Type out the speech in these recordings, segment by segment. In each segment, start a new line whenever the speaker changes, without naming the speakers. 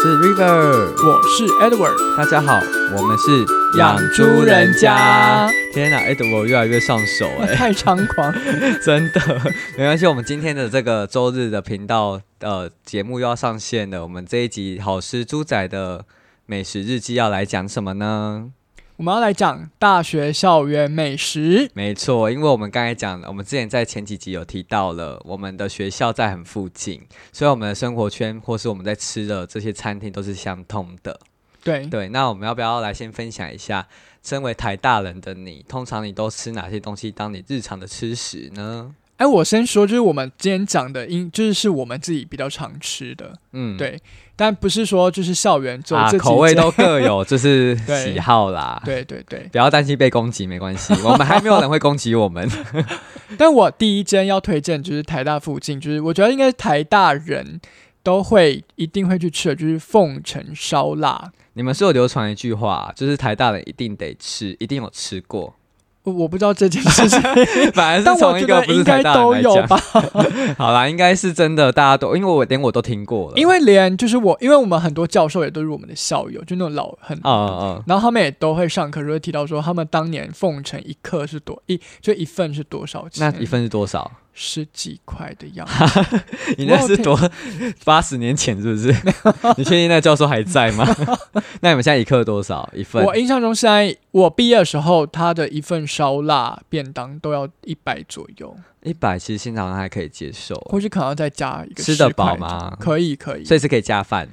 是 River，
我是 Edward，
大家好，我们是
养猪人家。
天哪，Edward 越来越上手 哎、
太猖 狂，
真的没关系。我们今天的这个周日的频道呃节目又要上线了，我们这一集好吃猪仔的美食日记要来讲什么呢？
我们要来讲大学校园美食。
没错，因为我们刚才讲，我们之前在前几集有提到了，我们的学校在很附近，所以我们的生活圈或是我们在吃的这些餐厅都是相通的。
对，
对，那我们要不要来先分享一下，身为台大人的你，通常你都吃哪些东西当你日常的吃食呢？
哎，我先说，就是我们今天讲的，因就是是我们自己比较常吃的，
嗯，
对，但不是说就是校园做
啊，
这、
口味。都各 有，就是
对
喜好啦。，
对对对，
不要担心被攻击，没关 系，我们还没有人会攻击我们。
但我第一间要推荐就是台大附近，就是我觉得应该台大人都会一定会去吃的，就是凤城烧腊。
你们是有流传一句话，就是台大人一定得吃，一定有吃 过，
我我不知道这件 事情，
反而
但
是
我
从一
觉
个
得
不是
应
台
该
大
都
人来
有
讲。
吧。
好啦，应该是真的，大家都因为我连我都听过了，
因为连就是我，因为我们很多教授也都是我们的校友，就那种老很，
嗯嗯
然后他们也都会上课时候提到说，他们当年奉承一克是多一，就一份是多少
那
钱？
一份是多少？
十几块的样子。
你那
我有
是
听
多 八十年前是不是？ 你确定那教授还在吗？ 那你们现在一克多少一份？
我印象中，现在我毕业的时候，他的一份烧腊便当都要一百左右，
一百其实现在好像还可以接受，
或是可能要再加一个
吃得
10
饱
块
吗
可以可以
所。以是可以加饭，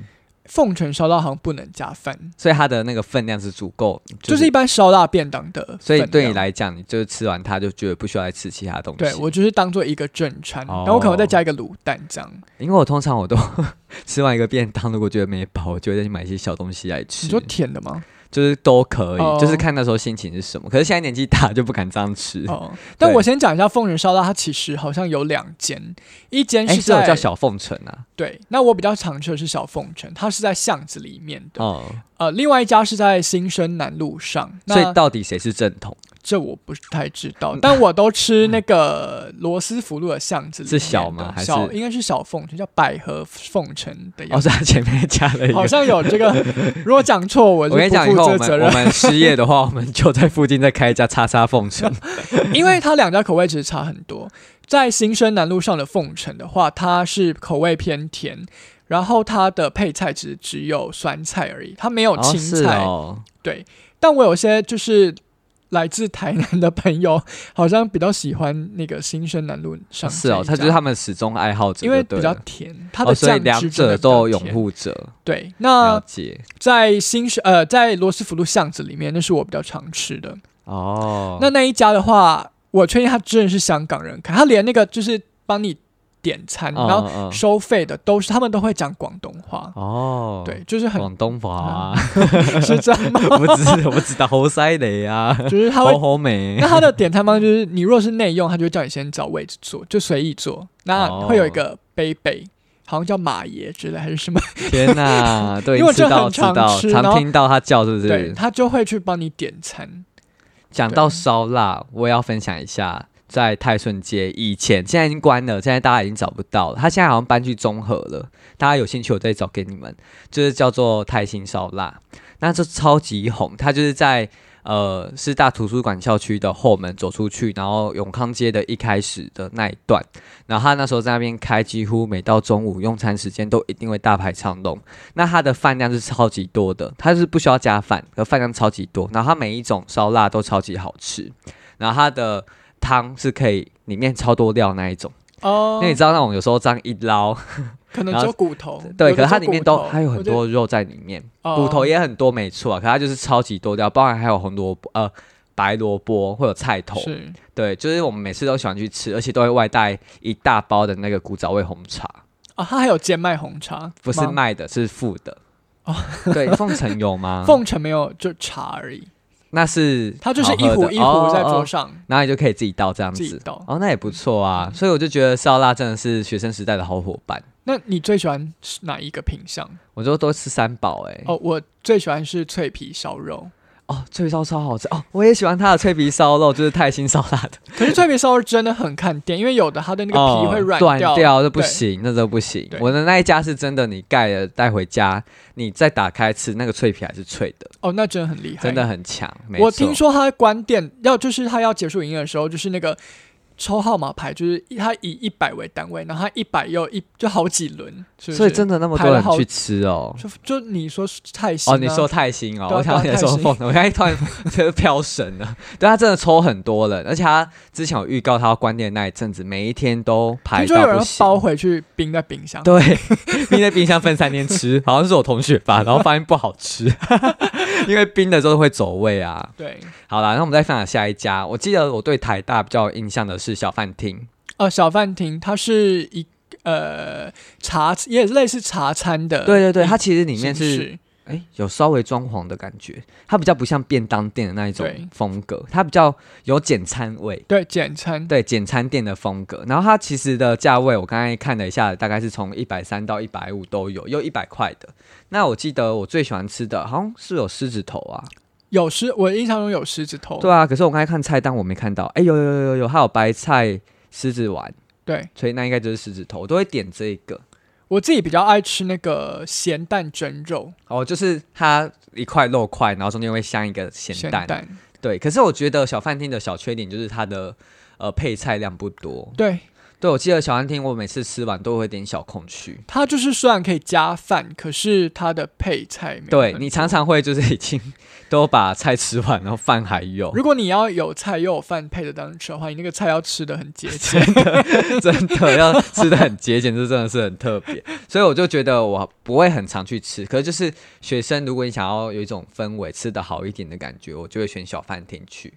奉承烧腊好像不能加饭，
所以它的那个分量是足够，
就是一般烧腊便当的。
所以对你，来讲，你就是吃完它就觉得不需要再吃其他东西。
对我就是当做一个正餐，
哦
然后我可能再加一个卤蛋这样。
因为我通常我都 吃完一个便当，如果觉得没饱，我就会再去买一些小东西来吃
你，说甜的吗？
就是都可以，
哦
就是看那时候心情是什么。可是现在年纪大就不敢这样吃。
哦， 但我先讲一下凤城烧腊，它其实好像有两间，一间
哎、
是
是有
在、
叫小凤城啊，
对，那我比较常吃的是小凤城，它是在巷子里面的。
哦、
呃，另外一家是在新生南路上，
所以嗯
那
到底谁是正统？
这我不是太知道，但我都吃那个罗斯福路的巷子里面的
是小吗还是
小应该是小凤城，叫百合凤城的样
哦，
子。
是他前面加了一
好
个。
像 有这个，如果讲错，我
我跟
是
你
不
讲，以
负
后我
这责
们我
任，
们失业的话，我们就在附近再开一家叉叉凤 城。
因为它两家口味其实差很多。在新生南路上的凤城的话，它是口味偏甜，然后它的配菜其实只有酸菜而已，它没有
哦，
青
是
菜。
哦，
但我有些就是来自台南的朋友，好像比较喜欢那个新生南路上
是哦，
这
他
一
就
家
是他们始终爱好者就
嗯因
对
为
了，
比较甜，它
哦，
的
所以
酱
两
汁真
者
的比较
都有
甜呃
拥护者，
对，
了
那
解
在新生呃，在罗斯福路巷子里面，那是我比较常吃的。
哦。
那那一家的话，我确定他真的是香港人开，他连那个就是帮你点餐，
嗯
然后
嗯嗯
收费的都是他们都会讲广东话，
哦，
对，，就是很
广东话啊，
是 这样吗？
我不知我不知道猴塞雷啊，
就是他
猴
会。
猴美
那他的点餐方式就是，你如果是内用，他就会叫你先找位置坐，就随意坐。那
哦
会有一个杯杯，好像叫马爷之类还是什么，
天 哪，对，
因为我
知
真的
道
很
知
常
道，
吃然
常
后
听到他叫是不
对
是？
他就会去帮你点餐。
讲
对
到烧腊，我也要分享一下，在泰顺街以前，现在已经关了，现在大家已经找不到了。他现在好像搬去中和了，大家有兴趣我再找给你们，就是叫做泰兴烧腊，那就超级红，它就是在。呃，师大图书馆校区的后门走出去，然后永康街的一开始的那一段，然后他那时候在那边开，几乎每到中午用餐时间都一定会大排长龙。那它的饭量是超级多的，它是不需要加饭，可饭量超级多。然后它每一种烧腊都超级好吃，然后它的汤是可以里面超多料那一种。
哦
因，为你知道那种有时候这样一捞，
可能
然后
只有骨头，
对，
有
可
的
是它
只
里
有
面
骨
都
头
还有很，
我
多肉在里面，
觉得
骨头
哦
也很多没错啊，可它就是超级多料，包含还有红萝卜呃。白萝卜会有菜头，
哦是
对，就是我们每次都喜欢去吃，而且都会外带一大包的那个古早味红茶，
啊，它还有煎麦红茶，
不是
吗
卖的，是付的。哦，对，凤城有 吗？
凤城没有，就茶而已，
那是
它就是
好
一
喝
壶
的
一壶在
哦哦
桌
哦
上。
然后你就可以自己倒这样
自己
子
倒。
哦，那也不错啊。所以我就觉得烧腊真的是学生时代的好伙伴。
那你最喜欢是哪一个品相？哦
我就都吃三宝哎、
哦，我最喜欢是脆皮烧肉，
哦，脆皮烧超好吃哦，我也喜欢它的脆皮烧肉， 就是泰兴烧腊的
可是脆皮烧肉真的很看店，因为有的它的那个
哦
皮会软
断
掉，
掉，这不
对。
行，那都不行
对。
我的那一家是真的，你盖了带回家，你再打开吃，那个脆皮还是脆的，
哦，那真的很厉害，
真的很强。没
我
错
听说他关店要就是他要结束营业的时候，就是那个抽号码牌，就是他以一百为单位，然后他一百又一就好几轮，是不是
所以真的那么
排
多
了
人
好
去吃哦。
就就你说是太新、啊、
哦，你说泰兴哦，
对啊
我想
对
你
啊
说
泰兴
凤，我刚才突然 就是飘神了。对他真的抽很多人，而且他之前有预告他要关店那一阵子，每一天都排
听说有
到不
人
行。
包回去冰在冰箱，
对， 冰在冰箱分三天吃，好像是我同学吧，然后发现不好吃， 因为冰的时候会走味啊。
对，
好啦，那我们再分享下一家。我记得我对台大比较有印象的是小饭厅，
呃，小饭厅它是一呃茶也类似茶餐的，
对对对，它其实里面
形
嗯是
式
哎、有稍微装潢的感觉，它比较不像便当店的那一
对
种风格，它比较有简餐味。
对简餐，
对简餐店的风格，然后它其实的价位，我刚才看了一下，大概是从一百三到一百五都有，有一百块的。那我记得我最喜欢吃的好像是有狮子头啊，
有狮我印象中有狮子头，
对啊，可是我刚才看菜单我没看到，哎、有有有有有，还有白菜狮子丸，
对
所以那应该就是狮子头，我都会点这一个。
我自己比较爱吃那个咸蛋蒸肉，
哦，就是它一块肉块，然后中间会镶一个咸
咸
蛋，
蛋
对。可是我觉得小饭厅的小缺点就是它的呃配菜量不多。
对。
对，我记得小饭厅我每次吃完都会有点小空虚。
它就是虽然可以加饭，可是它的配菜没有
对
很
你常常会就是已经 都把菜吃完，然后饭还有，
如果你要有菜又有饭配的当吃的话，你那个菜要吃的很节俭。
真的要吃的很节俭，这真的是很特别，所以我就觉得我不会很常去吃。可是就是学生，如果你想要有一种氛围，吃的好一点的感觉，我就会选小饭厅去。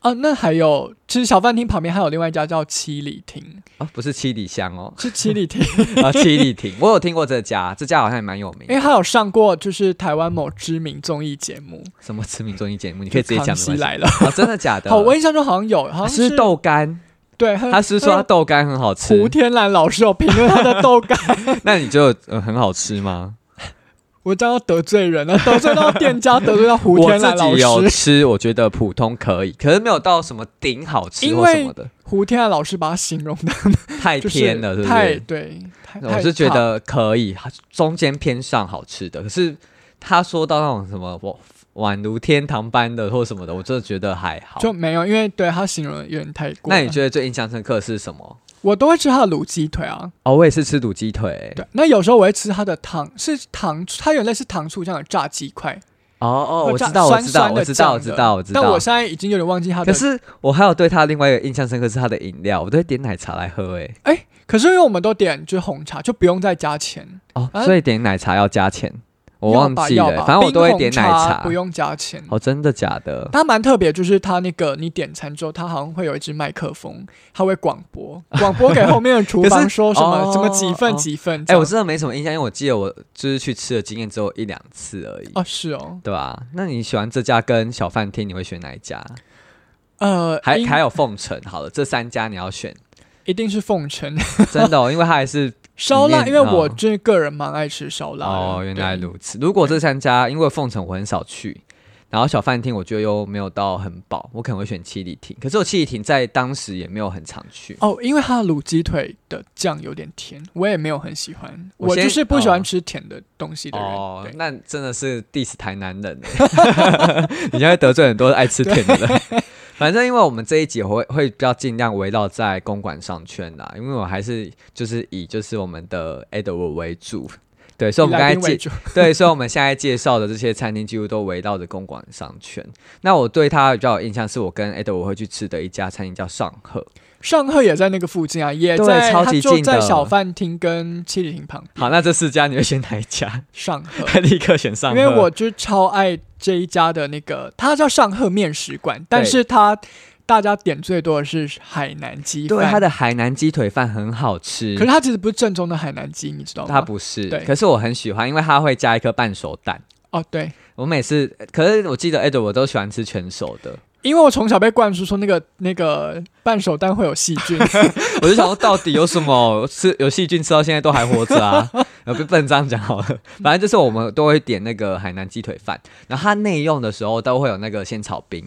啊，那还有，其实小饭厅旁边还有另外一家叫七里亭，，
啊，不是七里香哦
是七里亭，
啊，七里亭，我有听过这家，这家好像也蛮有名
因
的。
为它有上过就是台湾某知名综艺节目，
什么知名综艺节目，你可以直接
就
讲
康
没
熙
关系。
来了。
啊，真的假的？
好，我印象中好像有，好
他
像
吃豆干，
对，
他是说他豆干很好
哎
吃，
胡天蓝老师有评论他的豆 干，
那你就呃很好吃吗？
我这样要得罪人了，得罪到店家，得罪到胡
我
天
自
蓝老
己有
师。
吃，我觉得普通可以，可是没有到什么顶好吃
因
或什
为
么的，
胡天蓝老师把它形容的
太
就是
偏了，对不
太
对？
对，太
我是觉得可以，中间偏上好吃的。可是他说到那种什么，我宛如天堂般的或什么的，我真的觉得还好。
就没有，因为对他形容的有点太过了。
那你觉得最印象深刻的是什么？
我都会吃他的卤鸡腿啊，
哦，我也是吃卤鸡腿。
对。那有时候我会吃他的糖，是糖，它有类似糖醋酱的炸鸡块，
哦哦，
会
我
炸
知道，我
酸
知道，
酸
我
的
知道，我
酱
知
的
道，我知
但
道
我。现在已经有点忘记它的。
可，是我还有对他另外一个印象深刻是他的饮料，我都会点奶茶来喝。哎，
哎，可是因为我们都点就是红茶，就不用再加钱。
哦，
啊
所以点奶茶要加钱，我
要
忘
吧
记
要
了。
吧
反正我都会
冰红
点奶
茶
茶
不。用加钱。
哦，真的假的？
它蛮特别，就是它那个你点餐之后，它好像会有一支麦克风，它会广播，广播给后面的厨
可是
房说什么
哦
什么几份
哦
几份这
哎，
样。
我真的没什么印象，因为我记得我就是去吃的经验只有一两次而已。
哦是哦，
对啊，那你喜欢这家跟小饭厅，你会选哪一家？
呃，
还
应
还有凤城，好了，这三家你要 选，
一定是 凤城。
真的、哦，因为它还 是
烧腊，
里
因
面
为我
哦
这个人蛮爱吃烧腊的。
哦，原来
对
如此。如果这三家，因为凤城我很少去，然后小饭厅我觉得又没有到很饱，我可能会选七里亭。可是我七里亭在当时也没有很常去，
哦，因为它的卤鸡腿的酱有点甜，我也没有很喜欢，
我
我就
先
是不喜欢
哦
吃甜的东西的人。
哦
对，
那真的是 diss 台南人欸， 你将会得罪很多爱吃甜的人。 反正因为我们这一集会会比较尽量围绕在公馆商圈啦，因为我还是就是以就是我们的 Edward 为主。对，所以我们
以
刚才
来宾为
介
主
对，所以我们现在介绍的这些餐厅几乎都围绕着公馆商圈。那我对它比较有印象，是我跟 Edward 会去吃的一家餐厅叫上贺。
上贺也在那个附近啊，也
对
在，
超
它
级
就
近
在
的
小饭厅跟七里亭旁边。
好，那这四家你会选哪一家？
上贺，
立刻选上
因
贺，
为我就是超爱这一家的那个，它叫上贺面食馆，但
对
是它大家点最多的是海南鸡饭，
对它的海南鸡腿饭很好吃，
可是它其实不是正宗的海南鸡，你知道吗？
它不是
对，
可是我很喜欢，因为它会加一颗半熟蛋。
哦，对，
我每次，可是我记得 Ed 我都喜欢吃全熟的，
因为我从小被灌输说那个那个半熟 蛋会有细菌，
我就想说到底有什么吃有细菌吃到现在都还活着啊？ 呃，不不能这样讲好了。反正就是我们都会点那个海南鸡腿饭，然后它内用的时候都会有那个鲜草冰。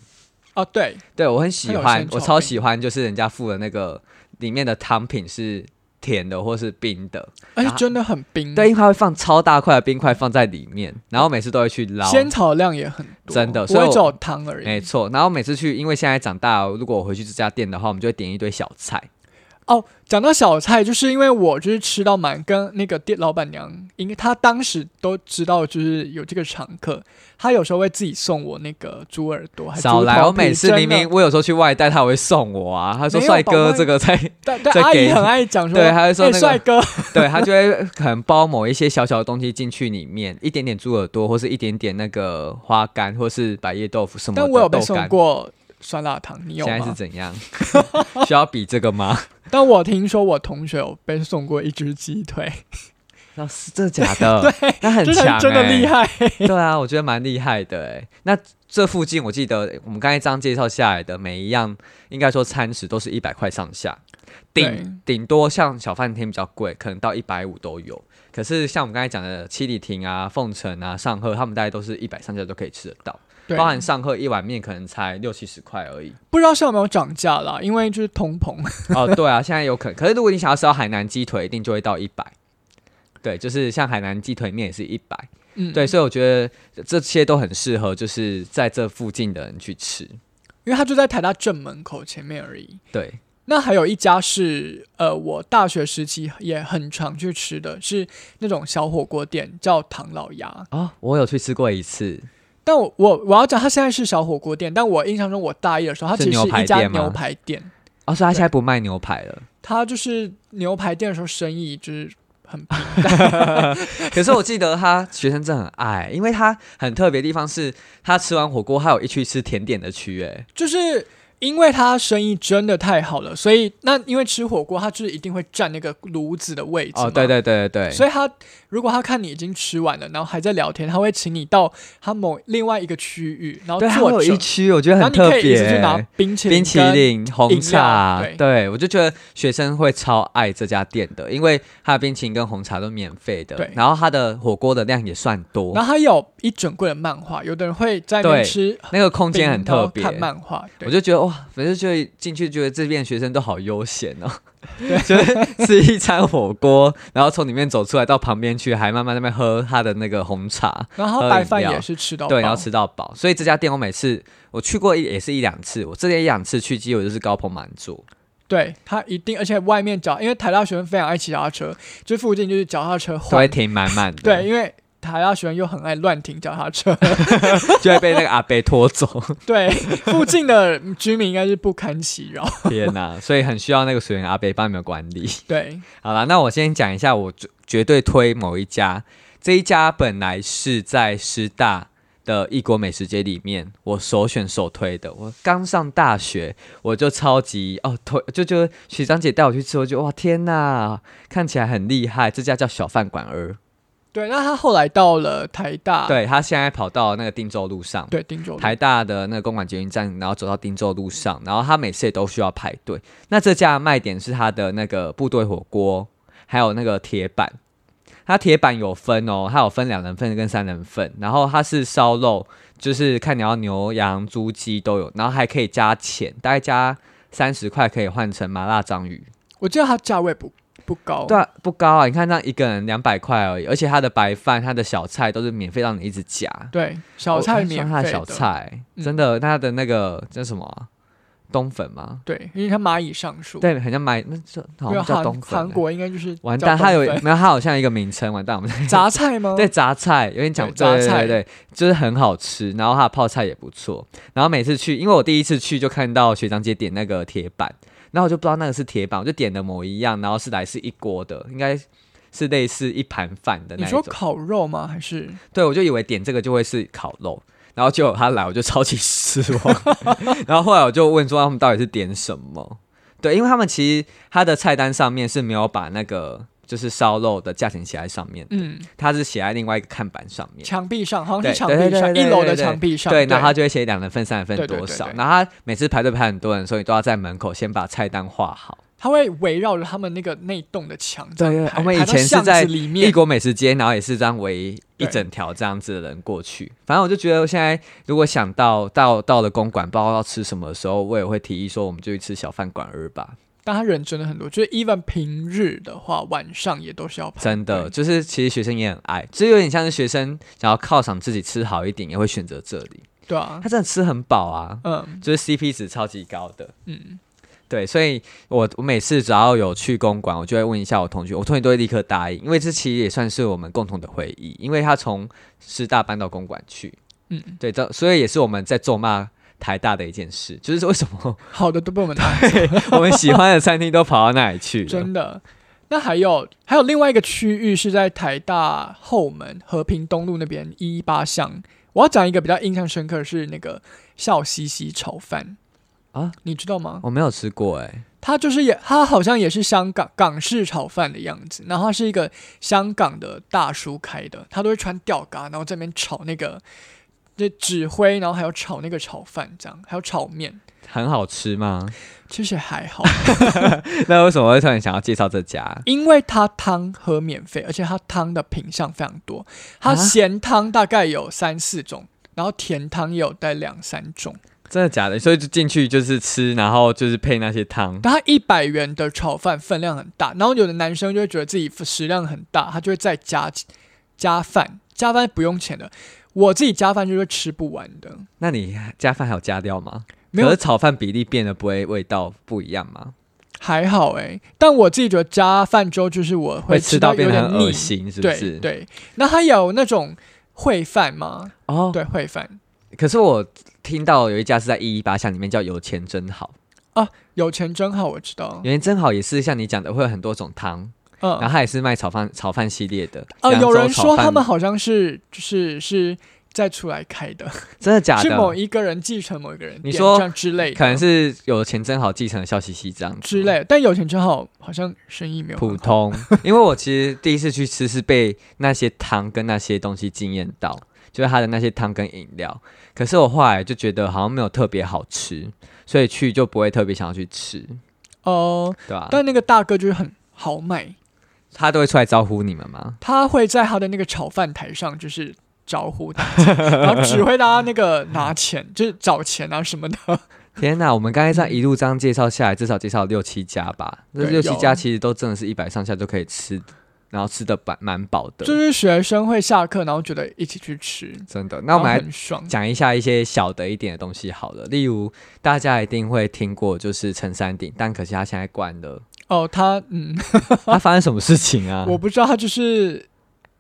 哦，对，
对我很喜
它有
欢
鲜，草
我超
冰
喜欢，就是人家附的那个里面的汤品是甜的或是冰的，
而
然
且
后
哎真的很冰，
对，因为它会放超大块的冰块放在里面，然后每次都会去捞。
仙草量也很多，
真的
不
所以
会
我哎
只有汤而已。
没错，然后每次去，因为现在长大，如果我回去这家店的话，我们就会点一堆小菜。
哦，讲到小菜，就是因为我就是吃到满，跟那个店老板娘，因为她当时都知道就是有这个常客，她有时候会自己送我那个猪耳朵，哦还是
少
猪
来，
头
我
皮
每次
真
明
的
明我有时候去外带，他还会送我啊，他说
没有
帅
宝
哥
贝
这个菜，
但但
再
阿姨
给
很爱讲说，
对还会说
哎
那个
帅哥，
对他就会可能包某一些小小的东西进去里面，一点点猪耳朵，或是一点点那个花干，或是百叶豆腐什么的
但我有被
豆
送
干。
过酸辣汤，你有
现在是
吗？
怎样？ 需要比这个 吗？
但我听说我同学有被送过一只鸡腿，
那是真的假的？ 对，那很
真
强、欸，
的真的厉害。
对啊，我觉得蛮厉害的哎。那这附近我记得我们刚才这样介绍下来的每一样，应该说餐食都是一百块上下，
对
顶顶多像小饭店比较贵，可能到一百五都有。可是像我们刚才讲的七里亭啊、凤城啊、上贺，他们大概都是一百上下都可以吃得到，
对，
包含上贺一碗面可能才六七十块而 已。
不知道是有没有涨价啦，因为就是通膨，
哦，对啊，现在有可能。可是如果你想要吃到海南鸡腿，一定就会到一百。对，就是像海南鸡腿面也是一百。
嗯，
对，，所以我觉得这些都很适合，就是在这附近的人去吃。
因为它就在台大正门口前面而已。
对，
那还有一家是，呃，我大学时期也很常去吃的，是那种小火锅店，叫唐老鸭。
哦，我有去吃过一次，
但我我我要讲，它现在是小火锅店，但我印象中我大一的时候，它
是
其实是
牛排
一家
店吗
牛排店，
哦，所以他现在不卖牛排了。
它就是牛排店的时候生意就是很
可是我记得他学生证很爱，因为他很特别的地方是，他吃完火锅，还有一区吃甜点的区，哎，
就是因为它生意真的太好了，所以那因为吃火锅，它就是一定会占那个炉子的位置嘛
哦，对。对对对对，
所以他如果他看你已经吃完了，然后还在聊天，他会请你到他某另外一个区域，然后
对，还
坐
有
着
一，区，我觉得
然
很
后你
特
可以一
别
直去拿
欸。
冰淇淋、
冰淇，淋、红
饮料
茶，
对
我就觉得学生会超爱这家店的，因为它的冰淇淋跟红茶都免费的
对，
然后它的火锅的量也算多，
然后他有一整柜的漫画，有的人会在那边
对
吃
那个空间很
冰然后
特别。
看漫画，
我
对，
就觉得哇，反正就进去觉得这边的学生都好悠闲哦， 就是吃一餐火锅，然后从里面走出来到旁边去，还慢慢在那边喝他的那个红茶，
然后
喝
他白
饮
饭
料
也是吃到
对，然后
饱
吃到饱。所以这家店我每次我去过一也是一两次，我这边一两次去，基本就是高朋满座。
对他一定，而且外面脚，因为台大学生非常爱骑脚踏车，这附近就是脚踏车
都
荒
会停满满的，
对，，因为台大学生又很爱乱停脚 踏车，
就会被那个阿伯拖走。
对，附近的居民应该是不堪其扰。
天哪、所以很需要那个水源阿伯帮你们管理。
对，
好啦，那我先讲一下，我绝绝对推某一家，这一家本来是在师大。的异国美食街里面，我首选首推的。我刚上大学，我就超级哦推，就就学长姐带我去吃，我就哇天哪，看起来很厉害。这家叫小饭馆儿，
对，那他后来到了台大，
对他现在跑到那个定州路上，
对，丁州路
台大的那个公馆捷运站，然后走到汀州路上，然后它每次也都需要排队。那这家的卖点是它的那个部队火锅，还有那个铁板。它铁板有分哦，它有分两人份跟三人份，然后它是烧肉，就是看你要牛羊猪鸡都有，然后还可以加钱，大概加三十块可以换成麻辣章鱼。
我记得它价位不不高，
对、啊，不高啊，你看这样一个人两百块而已，而且它的白饭、它的小菜都是免费让你一直夹。
对，小菜
我喜
免
欢
费
它的小，菜，
嗯
真的，它的那个叫什么啊、冬粉吗？
对，因为它蚂蚁上树，，
对，很像买那这
因
好
为
像叫
啊韩
冬粉
韩
欸。
国应该就是
完
叫
蛋，它有
冬粉
没有？它好像有一个名称，完蛋，我们
杂菜吗？
对杂菜有点讲
对杂
对对
菜
对，对就是很好吃，然后它的泡菜也不错。然后每次去，因为我第一次去就看到学长姐点那个铁板，然后我就不知道那个是铁板，我就点了某一样，然后是来是一锅的，应该是类似一盘饭的
你
那一
说
种。
烤肉吗？还是
对，我就以为点这个就会是烤肉，然后结果他来，我就 超级失望。 然后后来我就问说他们到底是点什么？对，因为他们其实他的菜单上面是没有把那个就是烧肉的价钱写在上面，
嗯，
它是写在另外一个看板上面。
墙壁上好像
对
哦是墙
对对
壁上
对
一
对
楼
对
的
对
墙壁上，
对，然后他就会写两人份、三人份
对对
多
对
少。
对
然后他每次排队排很多人，所以都要在门口先把菜单画好。
它会围绕着他们那个那栋的墙这
对
样
对
排。
我们以
排到
前是
巷子
在
里面
异国美食街，然后也是这样围一
对
整条这样子的人过去。反正我就觉得，现在如果想到到到了公馆，不知道要吃什么的时候，我也会提议说，我们就去吃小饭馆儿吧。
但他人真的很多，就是 even 平日的话，晚上也都是要排队。
真的，就是其实学生也很爱，这有点像是学生想要犒赏自己吃好一点，也会选择这里。
对啊，
他真的吃很饱啊，
嗯
就是 CP 值超级高的。
嗯，
对，所以我我每次只要有去公馆，我就会问一下我同学，我同学都会立刻答应，因为这其实也算是我们共同的回忆，因为他从师大搬到公馆去，
嗯，
对，这所以也是我们在咒骂台大的一件事，就是为什么
好的都被我们拿
我们喜欢的餐厅都跑到那里去了。
真的。那还有还有另外一个区域是在台大后门和平东路那边一一八巷。我要讲一个比较印象深刻的是那个笑嘻嘻炒饭
啊，
你知道吗？
我没有吃过哎、
它就是也它好像也是香港港式炒饭的样子，然后它是一个香港的大叔开的，他都会穿吊嘎，然后在那边炒那个就指挥，然后还有炒那个炒饭这样，还有炒面，
很好吃吗？
其实还好。
那为什么会突然想要介绍这家？
因为它汤喝免费，而且它汤的品相非常多，它
啊
咸汤大概有三四种，然后甜汤也有带两三种。
真的假的？所以就进去就是吃，然后就是配那些汤。
但它一百元的炒饭分量很大，然后有的男生就会觉得自己食量很大，他就会再加加饭，加饭不用钱的。我自己加饭就是吃不完的，
那你加饭还有加料吗？
没
可
有
是炒饭比例变得不会味道不一样吗？
还好诶、但我自己觉得加饭之后就是我
会
吃
吃
到
到
有
变得
点
很
腻
恶，心，是不
对
是？
对。那它有那种烩饭吗？
哦，
对，烩饭。
可是我听到有一家是在一一八巷里面叫有钱真好，
有钱真好，我知道
有。钱真好也是像你讲的会有很多种汤，
嗯，
然后它也是卖炒饭炒饭系列的。
哦，
扬州
有人说
炒饭
他们好像是就是是再出来开的，
真的假
是某
的？
一个人继承某一个人
你
店
说
这样之类的，
可能是有钱真好继承了笑嘻嘻这样子
之类的。但有钱真好，好像生意没有
普
很好
通， 因为我其实第一次去吃是被那些汤跟那些东西惊艳到，就是它的那些汤跟饮料。可是我后来就觉得好像没有特别好吃，所以去就不会特别想要去吃，
哦、
对吧、
但那个大哥就是很豪迈，
他都会出来招呼你们吗？
他会在他的那个炒饭台上就是。招呼大 家，然后指挥大家那个拿钱，就是找钱啊什么的。
天哪，我们刚才这样一路这样介绍下来，至少介绍六七家吧。那
对
六七家
有啊
其实都真的是一百上下就可以吃，然后吃的蛮蛮饱的
就，是学生会下课，然后觉得一起去吃，
真的。那我们
然
来
后很爽。
讲一下一些小的一点的东西好了，例如大家一定会听过就是陈山顶，但可惜它现在关了。
哦，他嗯，
它发生什么事情啊？
我不知道他就是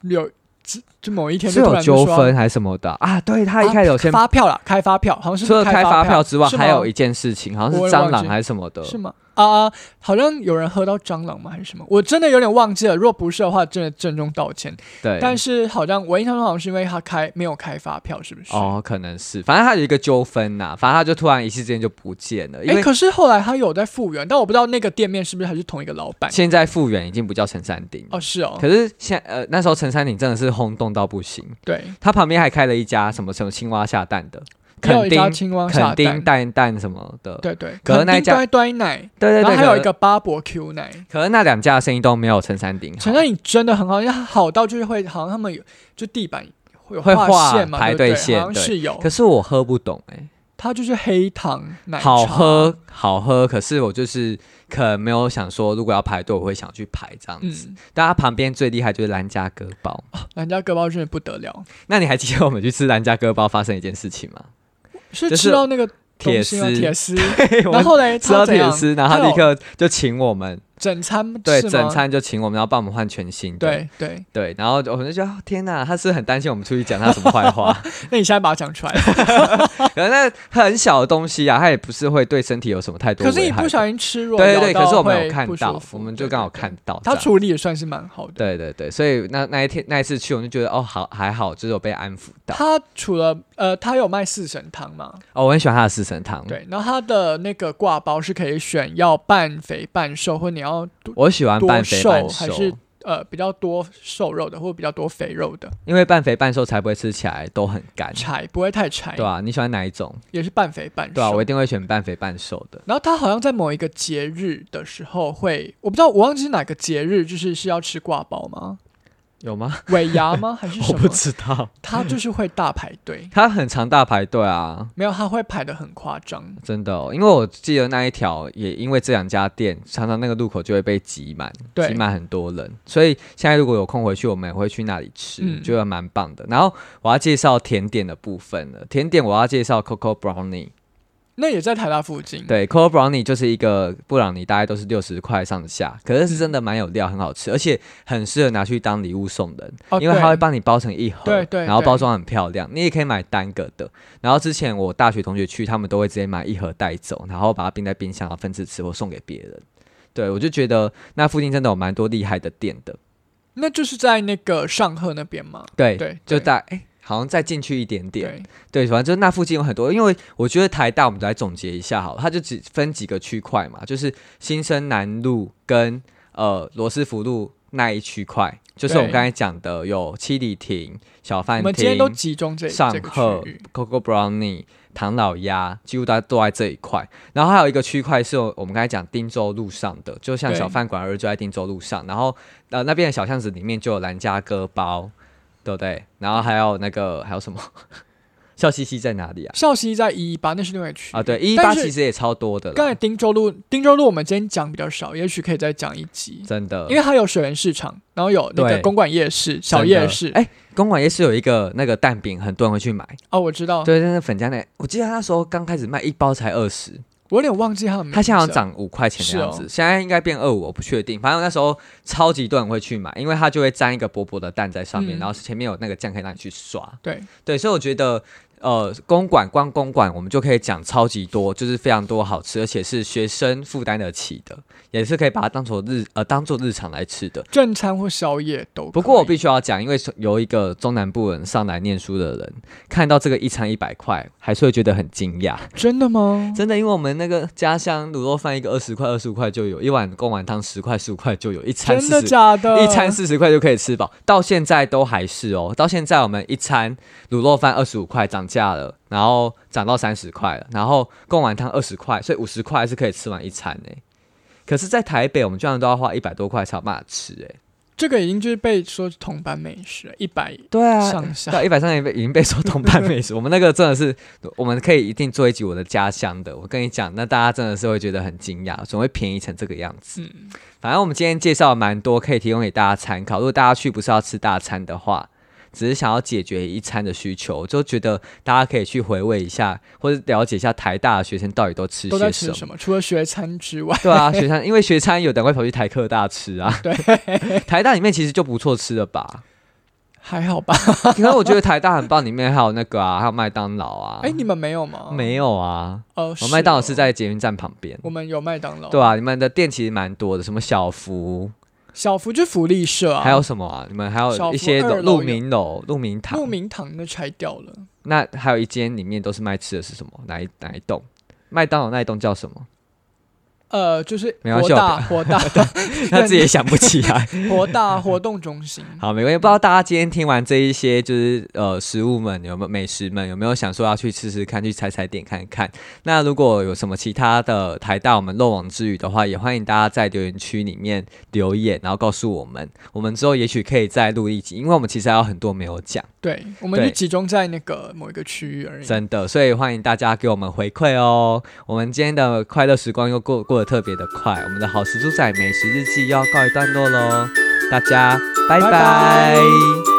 有就就某一天
是
就突
有
然就
纠
说
纷还是什么的啊？对，他一开始有先
发票啦，开发票，好像是
除了开发
票
票之外，
是吗
还有一件事情，好像
我
是
也忘
蟑螂
记
还是什么的。
是吗？啊、好像有人喝到蟑螂吗？还是什么？我真的有点忘记了。如果不是的话，真的郑重道歉。
对，
但是好像我印象中好像是因为他开没有开发票，是不是？
哦，可能是，反正他有一个纠纷呐，反正他就突然一夕之间就不见了，因
诶，
为
可是后来他有在复原，但我不知道那个店面是不是还是同一个老 板。
现在复原已经不叫陈山顶。
哦，是哦，
可是现呃那时候陈山顶真的是轰动到不行，
对，
他旁边还开了一家什么什么青蛙下蛋的，
也有
肯
一家
丁
青蛙下
肯丁
蛋，
蛋蛋什么的，
对对，
可是那一
肯丁
家
端端奶，
对对
然后
对，
还有
可
一个巴伯 Q 奶，
可是那两家的生意都没有陈山顶好，
陈山你真的很好，因为它好到就是会，好像他们有就地板会有
会
画
画
线嘛，
排
对不
队线
好像
对
是有
可。是我喝不懂哎、
它就是黑糖奶茶，
好喝好喝，可是我就是可能没有想说，如果要排队，我会想去排这样子。
嗯，哦
但它旁边最厉害就是兰家哥包，
兰家割包真的不得了，
那你还记得我们去吃兰家哥包发生一件事情吗？
是
就
吃
是
到那个
铁
东西吗
丝
铁丝，
我
然
们
后 嘞，
吃
它
到
怎
铁
样？
丝，然后
它
他
有
立刻就请我们，
整餐
对，
是吗
整，餐就请我们，然后帮我们换全新的。
对对。
对，然后我们就觉得、哦天哪，他是很担心我们出去讲他什么坏话。
那你现在把它讲出来，
可能那很小的东西啊，它也不是会对身体有什么太 多
可是
危
你
害
不
的。
小心吃软，
对对对，
咬到
可是我们
会
有看
不舒
到，
服
我们就刚好。看
对对
到这
它
样。
处理也算是蛮好的，
对对对，所以那那一天那一次去，我就觉得哦，好还好，就是有被安抚 到。
它除了呃，它有卖四神汤嘛，
哦，我很喜欢他的四神汤，
对，然后它的那个挂包是可以选要半肥半瘦，或者你要多
我喜欢
多
半肥
瘦
半
还是呃比较多瘦肉的，或者比较多肥肉的
因为半肥半瘦才不会吃起来都很干，
柴，不会太柴，
对啊，你喜欢哪一种？
也是半肥半瘦。
对啊，我一定会选半肥半瘦的。
然后他好像在某一个节日的时候会，我不知道我忘记是哪个节日，就是是要吃挂包 吗？
有 吗？
尾牙吗？还是
我
什
不
么？
知道，
他就是会大排队，
它很长大排队啊，
没有他会排的很夸张。
真的哦、因为我记得那一条也因为这两家店，常常那个路口就会被挤满，
对
挤满很多人，所以现在如果有空回去，我们也会去那里吃，
嗯
觉得蛮棒的。然后我要介绍甜点的部分了，甜点我要介绍 Coco Brownie，
嗯那也在台大附近，
对，Coco Brownie 就是一个布朗尼，大概都是六十块上下，可是是真的蛮有料，很好吃，而且很适合拿去当礼物送人。
哦，
因为它会
对
帮你包成一盒，
对对
然后
对
包装很漂亮，你也可以买单个的。然后之前我大学同学去，他们都会直接买一盒带走，然后把它冰在冰箱，然后分次吃或送给别人。对，我就觉得那附近真的有蛮多厉害的店的。
那就是在那个上贺那边嘛。
对，
对，
就
对
大哎、好像再进去一点点。
对
对，反正就是那附近有很多，因为我觉得台大我们来总结一下好了，它就只分几个区块嘛，就是新生南路跟呃罗斯福路那一区块，就是我们
对
刚才讲的有七里亭、小
我
饭
们今天
厅
都、集中这
上
这个
贺
区域。、
Coco Brownie、唐老鸭，几乎大家都在这一块。然后还有一个区块是我我们刚才讲汀州路上的，就像
对
小饭馆儿就在汀州路上，然后呃那边的小巷子里面就有兰家哥包，对不对？然后还有那个还有什么？ 笑嘻嘻在哪里啊？
孝熙在一一八，那是另外一个区域
啊，对，一八
但是
其实也超多的
刚才
了，
汀州路，汀州路我们今天讲比较少，也许可以再讲一集，
真的。
因为它有水源市场，然后有那个
呃对
公馆夜市、小
真
夜
的
市。
哎、公馆夜市有一个那个蛋饼，很多人会去买。
哦，我知道，
对，那个粉加奶，我记得他那时候刚开始卖一包才二十，
我有点忘记它的名字了。
它现在好像涨五块钱的样
嗯啊是哦
子，现在应该变二五，我不确定。反正那时候超级多人会去买，因为它就会沾一个薄薄的蛋在上面，
嗯
然后前面有那个酱可以让你去刷。
对，
对，所以我觉得，呃，公馆光公馆我们就可以讲超级多，就是非常多好吃，而且是学生负担得起的，也是可以把它当做日呃当做日常来吃的。
正餐或宵夜都可以。
不过我必须要讲，因为有一个中南部人上来念书的人，看到这个一餐一百块，还是会觉得很惊讶。
真的吗？
真的，因为我们那个家乡卤肉饭一个二十块、二十五块就有，一碗公碗汤十块、十五块就有，一餐
真
四
的
十，
假的？
一餐四十块就可以吃饱，到现在都还是哦。到现在我们一餐卤肉饭二十五块涨价了，然后涨到三十块了，然后公碗汤二十块，所以五十块还是可以吃完一餐呢。可是，在台北我们居然都要花一百多块才有办法吃哎。
这个已经就是被说是同班美食，一百
对啊，
上下。
到一百三十已经被说同伴美食，我们那个真的是， 我们可以一定做一集我的家乡的。我跟你讲，那大家真的是会觉得很惊讶，怎么会便宜成这个样子？
嗯
反正我们今天介绍了蛮多，可以提供给大家参考。如果大家去不是要吃大餐的话，只是想要解决一餐的需求，我就觉得大家可以去回味一下，或者了解一下台大的学生到底都吃
都在
些
吃
什么
什。么？除了学餐之外，
对啊，学餐，因为学餐有等会跑去台科大吃啊。
对，
台大里面其实就不错吃的吧。
还好吧？
可是我觉得台大很棒，里面还有那个啊，还有麦当劳啊。
哎、你们没有吗？
没有啊？
哦，
我麦当劳
哦
是在捷运站旁边。
我们有麦当劳，
对啊，你们的店其实蛮多的，什么小福，
小福就福利社啊，
还有什么啊？你们还
小
有
福
一些
二
楼
楼
鹿鸣楼、鹿鸣堂
鹿，鸣堂的拆掉了，
那还有一间里面都是卖吃的是什么？哪一哪一栋？麦当劳那一栋叫什 么？
呃，就是
没关
活
系
大活 大
他自己也想不起啊来。
活大活动中心，
好，没关系。不知道大家今天听完这一些，就是呃，食物们有没有美食们有没有想说要去吃吃看，去踩踩点看看？那如果有什么其他的台大我们漏网之鱼的话，也欢迎大家在留言区里面留言，然后告诉我们，我们之后也许可以再录一集，因为我们其实还有很多没有讲，
对，我们就
对
集中在那个某一个区域而已。
真的，所以欢迎大家给我们回馈哦。我们今天的快乐时光又过过得特别的快，我们的好食猪仔美食日记又要告一段落喽，大家拜
拜
拜
拜